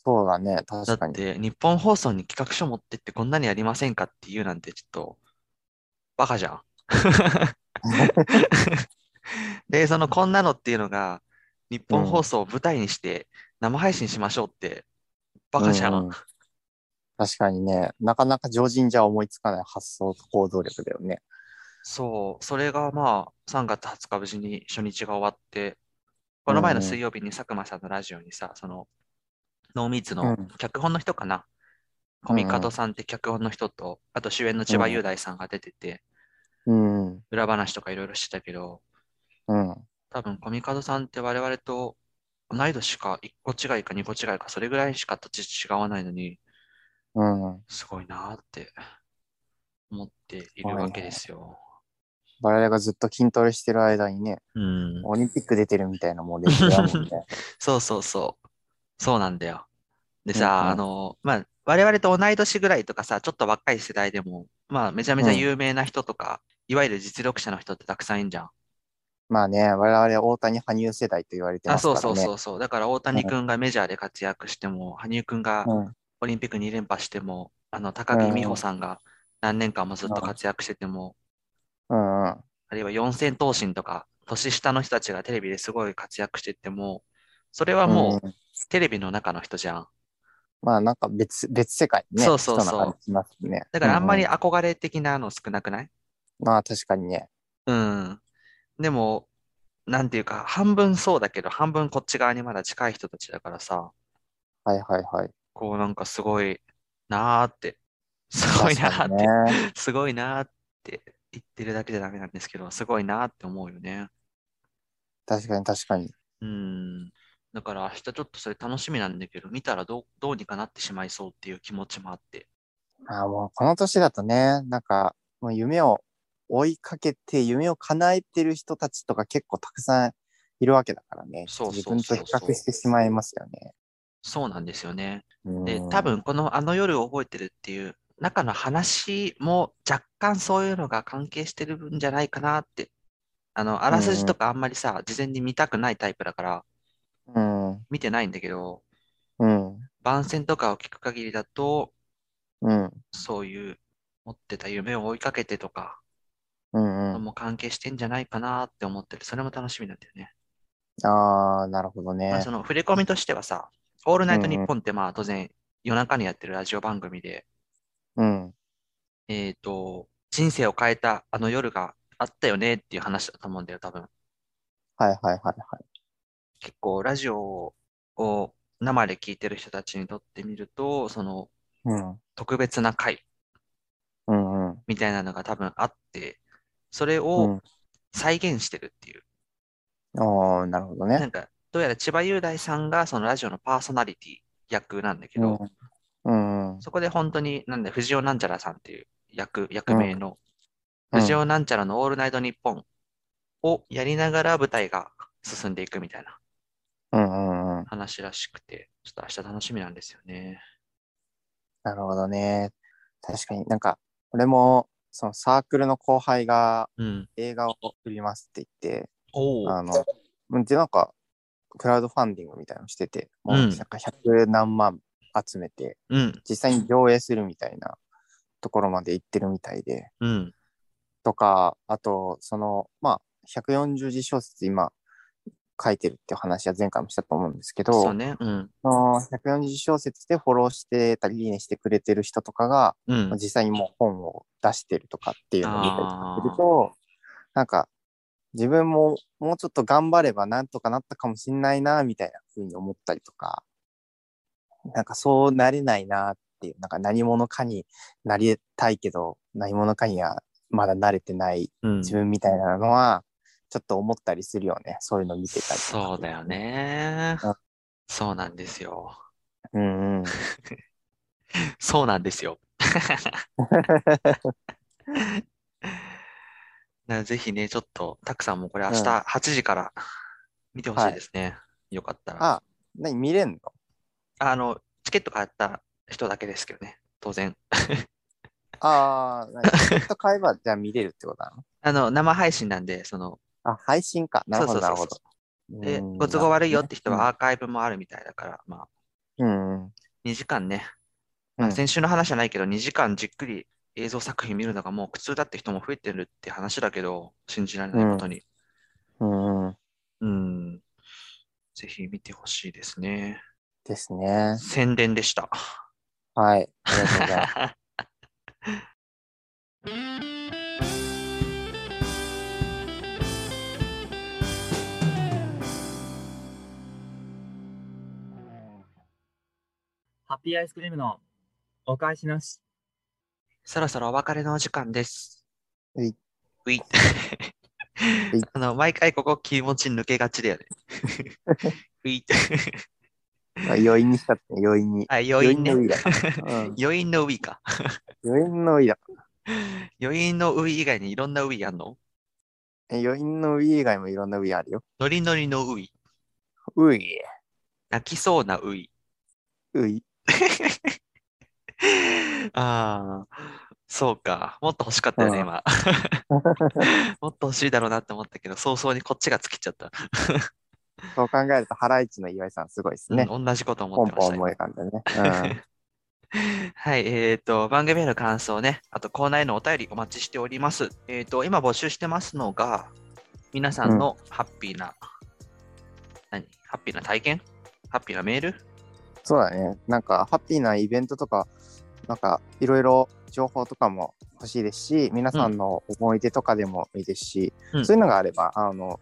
Speaker 2: そうだね、
Speaker 1: だ
Speaker 2: 確か
Speaker 1: っ
Speaker 2: に。
Speaker 1: て、日本放送に企画書持ってってこんなにやりませんかっていうなんて、ちょっと、バカじゃん。 で、そのこんなのっていうのが、日本放送を舞台にして生配信しましょうって、バカじゃん。
Speaker 2: うう確かにね、なかなか常人じゃ思いつかない発想と行動力だよね。
Speaker 1: そう、それがまあ、3月20日無事に初日が終わって、この前の水曜日に佐久間さんのラジオにさ、その、ノーミーツの
Speaker 2: うん
Speaker 1: 脚本の人かな。コミカドさんって脚本の人と、あと主演の千葉雄大さんが出てて、
Speaker 2: うん。うん。
Speaker 1: 裏話とかいろいろしてたけど、多分コミカドさんって我々と同い年か1個違いか2個違いかそれぐらいしか立ち違わないのに
Speaker 2: うん。
Speaker 1: すごいなーって思っているわけですよ。
Speaker 2: 我々がずっと筋トレしてる間にね、
Speaker 1: うん。
Speaker 2: オリンピック出てるみたいなもんですよ、レベルだも んね。
Speaker 1: そうそうそう。そうなんだよ。でさ、
Speaker 2: うんうん
Speaker 1: あの、まあ、我々と同い年ぐらいとかさ、ちょっと若い世代でも、まあ、めちゃめちゃ有名な人とか、いわゆる実力者の人ってたくさんいんじゃん。
Speaker 2: まあね、我々大谷羽生世代と言われてま
Speaker 1: あ、
Speaker 2: すから
Speaker 1: そう
Speaker 2: ね。
Speaker 1: そうそうそう。だから大谷君がメジャーで活躍しても、羽生君が
Speaker 2: うん。
Speaker 1: オリンピック2連覇しても、あの高木美帆さんが何年間もずっと活躍してても、
Speaker 2: うんうん。
Speaker 1: あるいは四千頭身とか、年下の人たちがテレビですごい活躍してても、それはもう
Speaker 2: うん
Speaker 1: テレビの中の人じゃん。
Speaker 2: まあなんか別、別世界ね。
Speaker 1: そうそうそう
Speaker 2: 人な感じしますね。
Speaker 1: だからあんまり
Speaker 2: う
Speaker 1: 憧れ的なの少なくない
Speaker 2: うんまあ確かにね。
Speaker 1: うん。でも、なんていうか、半分そうだけど、半分こっち側にまだ近い人たちだからさ、
Speaker 2: はいは いはい。
Speaker 1: こうなんかすごいなーって、すごいなーって
Speaker 2: 確、かにね。
Speaker 1: すごいなーって言ってるだけじゃダメなんですけど、すごいなーって思うよね。
Speaker 2: 確かに確かに。
Speaker 1: うん。だから明日ちょっとそれ楽しみなんだけど、見たらどう、どうにかなってしまいそうっていう気持ちもあって。
Speaker 2: まあもうこの年だとね、なんかもう夢を追いかけて夢を叶えてる人たちとか結構たくさんいるわけだからね。
Speaker 1: そうそう
Speaker 2: 自
Speaker 1: そうそう
Speaker 2: 分と比較してしまいますよね。
Speaker 1: そうなんですよね。
Speaker 2: うん
Speaker 1: で、多分このあの夜を覚えてるっていう中の話も若干そういうのが関係してるんじゃないかなって。あの、あらすじとかあんまりさ、事前に見たくないタイプだから、
Speaker 2: うん。
Speaker 1: 見てないんだけど、
Speaker 2: うん。
Speaker 1: 番宣とかを聞く限りだと、
Speaker 2: うん。
Speaker 1: そういう持ってた夢を追いかけてとか、
Speaker 2: うん。うん。
Speaker 1: も関係してんじゃないかなって思ってる。それも楽しみなんだよね。
Speaker 2: ああ、なるほど
Speaker 1: まあ、
Speaker 2: ね
Speaker 1: そ。の触れ込みとしてはさ、オールナイト
Speaker 2: うんうん
Speaker 1: ニッポンってまあ当然夜中にやってるラジオ番組で、
Speaker 2: うん。
Speaker 1: えっと、人生を変えたあの夜があったよねっていう話だと思うんだよ、多分。
Speaker 2: はいはいはいはい。
Speaker 1: 結構ラジオを生で聞いてる人たちにとってみると、その
Speaker 2: うん。
Speaker 1: 特別な回
Speaker 2: うんうん。
Speaker 1: みたいなのが多分あって、それ
Speaker 2: う
Speaker 1: を
Speaker 2: ん
Speaker 1: 再現してるっていう。
Speaker 2: ああ、なるほど
Speaker 1: な
Speaker 2: ね。
Speaker 1: んか、どうやら千葉雄大さんがそのラジオのパーソナリティ役なんだけ
Speaker 2: う
Speaker 1: ど
Speaker 2: ん、。うんうん。
Speaker 1: そこで本当に、なんで、藤尾なんちゃらさんっていう役、役名の、
Speaker 2: うん
Speaker 1: 藤尾なんちゃらのオールナイトニッポンをやりながら舞台が進んでいくみたいな
Speaker 2: うんうんうん。
Speaker 1: 話らしくて、ちょっと明日楽しみなんですよね。
Speaker 2: なるほどね。確かになんか、俺も、そのサークルの後輩が
Speaker 1: うん。
Speaker 2: 映画を売りますって言って、
Speaker 1: お
Speaker 2: あの、で、なんか、クラウドファンディングみたいなのしてて、もう
Speaker 1: う
Speaker 2: なんんか100何万集めて、
Speaker 1: うん、
Speaker 2: 実際に上映するみたいなところまで行ってるみたいで、
Speaker 1: うん、
Speaker 2: とか、あと、その、まあ、140字小説今書いてるっていう話は前回もしたと思うんですけど、
Speaker 1: そうね、うん、
Speaker 2: その140字小説でフォローしてたり、いいねしてくれてる人とかが、
Speaker 1: うん、
Speaker 2: 実際にもう本を出してるとかっていうのを見たりとかすると、なんか、自分ももうちょっと頑張ればなんとかなったかもしんないな、みたいな風に思ったりとか、なんかそうなれないなっていう、なんか何者かになりたいけど、何者かにはまだ慣れてない
Speaker 1: うん
Speaker 2: 自分みたいなのは、ちょっと思ったりするよね。そういうの見てたりとか
Speaker 1: そうだよ。ね
Speaker 2: うん。
Speaker 1: そうなんですよ。
Speaker 2: うん うん。
Speaker 1: そうなんですよ。なぜひね、ちょっと、たくさんもこれ明
Speaker 2: うん
Speaker 1: 日8時から見てほしいですね。よかったら。
Speaker 2: あ、何見れんの
Speaker 1: あの、チケット買った人だけですけどね、当然。
Speaker 2: ああ、なにチケット買えば、じゃあ見れるってことなの
Speaker 1: あの、生配信なんで、その、
Speaker 2: あ、配信か。なるほど、
Speaker 1: そ
Speaker 2: な
Speaker 1: う
Speaker 2: る
Speaker 1: そう
Speaker 2: ほ
Speaker 1: そ
Speaker 2: ど。
Speaker 1: で、
Speaker 2: うん
Speaker 1: ご都合悪いよって人はアーカイブもあるみたいだから、まあ、
Speaker 2: うん。うん
Speaker 1: 2時間ね、
Speaker 2: うん
Speaker 1: 先週の話じゃないけど、2時間じっくり映像作品見るのがもう苦痛だって人も増えてるって話だけど、信じられないことに。
Speaker 2: うんうん。
Speaker 1: うん。ぜひ見てほしいですね。
Speaker 2: ですね。
Speaker 1: 宣伝でした。
Speaker 2: はい。ありがとうございます。
Speaker 3: ハッピーアイスクリームのお返しなし。
Speaker 1: そろそろお別れのお時間です。
Speaker 2: ういう
Speaker 1: い。
Speaker 2: うい
Speaker 1: あの、毎回ここ気持ち抜けがちだよ ね。うい。
Speaker 2: まあ余韻にしたって、余韻に。
Speaker 1: あ、余韻ね
Speaker 2: 余韻のウ。イだ。うん、
Speaker 1: 余韻のういか。
Speaker 2: 余韻のウイだ。
Speaker 1: 余韻のうい以外にいろんなういあんの
Speaker 2: え余韻のウイ以外もいろんなウイあるよ。
Speaker 1: ノリノリのうい。
Speaker 2: ウイ、
Speaker 1: 泣きそうなうい。
Speaker 2: ウイ。
Speaker 1: ああ、そうか。もっと欲しかったよね、
Speaker 2: うん
Speaker 1: 今。 もっと欲しいだろうなって思ったけど、早々にこっちが尽きちゃった。
Speaker 2: そう考えると、ハライチの岩井さんすごいですね。
Speaker 1: うん同じこと思
Speaker 2: ポ
Speaker 1: っ
Speaker 2: ン
Speaker 1: てま
Speaker 2: ポ
Speaker 1: し
Speaker 2: ン
Speaker 1: た。
Speaker 2: 思い浮かんでね。
Speaker 1: はい、えっ、と、番組への感想ね、あとコーナーへのお便りお待ちしております。えっ、と、今募集してますのが、皆さんのハッピーな、何ハッピーな体験ハッピーなメール
Speaker 2: うん、そうだね。なんか、ハッピーなイベントとか、なんか、いろいろ情報とかも欲しいですし、皆さんの思い出とかでもいいですし、
Speaker 1: うん
Speaker 2: そういうのがあれば、あの、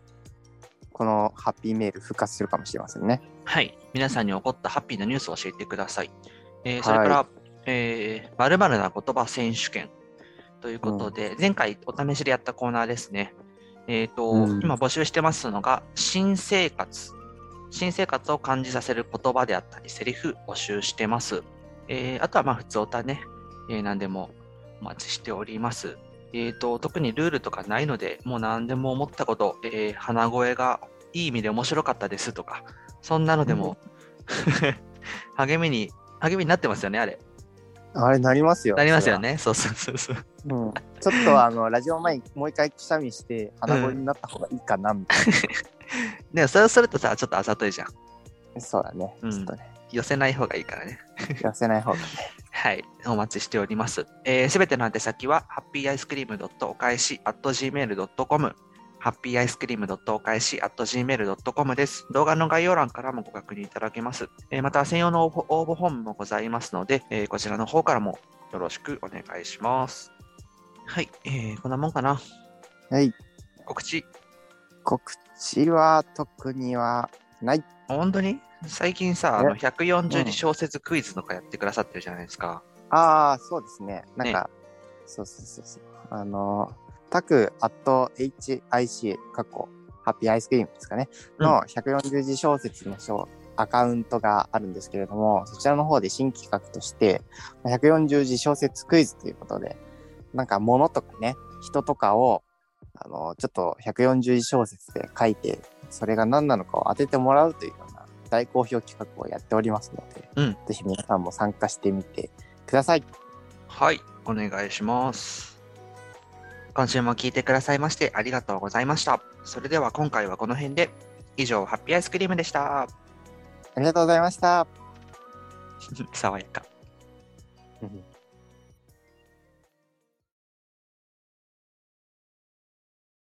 Speaker 2: このハッピーメール復活するかもしれませんね。
Speaker 1: はい、皆さんに起こったハッピーなニュースを教えてください。えーそれから、
Speaker 2: は
Speaker 1: えー、〇〇な言葉選手権ということで、前回お試しでやったコーナーですね。えっ、と、
Speaker 2: うん
Speaker 1: 今募集してますのが、新生活。新生活を感じさせる言葉であったり、セリフ募集してます。えーあとは、まあ、普通歌ね、えー何でもお待ちしております。えっ、と、特にルールとかないので、もう何でも思ったこと、えー鼻声がいい意味で面白かったですとか、そんなのでも、励みに、励みになってますよね、あれ。
Speaker 2: あれ、なりますよ。
Speaker 1: なりますよね。そうそうそうそう。
Speaker 2: それは。うん、ちょっと、あの、ラジオ前にもう一回くしゃみして、鼻声になった方がいいかな、みたい
Speaker 1: ね、そうするとさ、ちょっとあざといじゃん。
Speaker 2: な。そうだね。
Speaker 1: うん
Speaker 2: ちょっとね、
Speaker 1: 寄せない方がいいからね。
Speaker 2: 痩せない方がね。
Speaker 1: はい。お待ちしております。えすべての宛先は、ハッピーアイスクリームお返し、at gmail.com。ハッピーアイスクリームお返し、at gmail.com です。動画の概要欄からもご確認いただけます。えーまた、専用の応募応募フォームもございますので、えーこちらの方からもよろしくお願いします。はい。えーこんなもんかな。
Speaker 2: はい。
Speaker 1: 告知。
Speaker 2: 告知は特にはない。
Speaker 1: 本当に最近さ、あの140
Speaker 2: う
Speaker 1: 字
Speaker 2: ん
Speaker 1: 小説クイズとかやってくださってるじゃないですか。
Speaker 2: ああ、そうですね。なんか、そうそうそうそう。あのー、タクアット HIC、過去、ハッピーアイスクリームですかね。の140字小説の小アカウントがあるんですけれども、そちらの方で新企画として、140字小説クイズということで、なんか物とかね、人とかを、あのー、ちょっと140字小説で書いて、それが何なのかを当ててもらうというような大好評企画をやっておりますので、
Speaker 1: うん
Speaker 2: ぜひ皆さんも参加してみてください。
Speaker 1: はい、お願いします。今週も聞いてくださいましてありがとうございました。それでは今回はこの辺で、以上、ハッピーアイスクリームでした。
Speaker 2: ありがとうございました。
Speaker 1: 爽やか。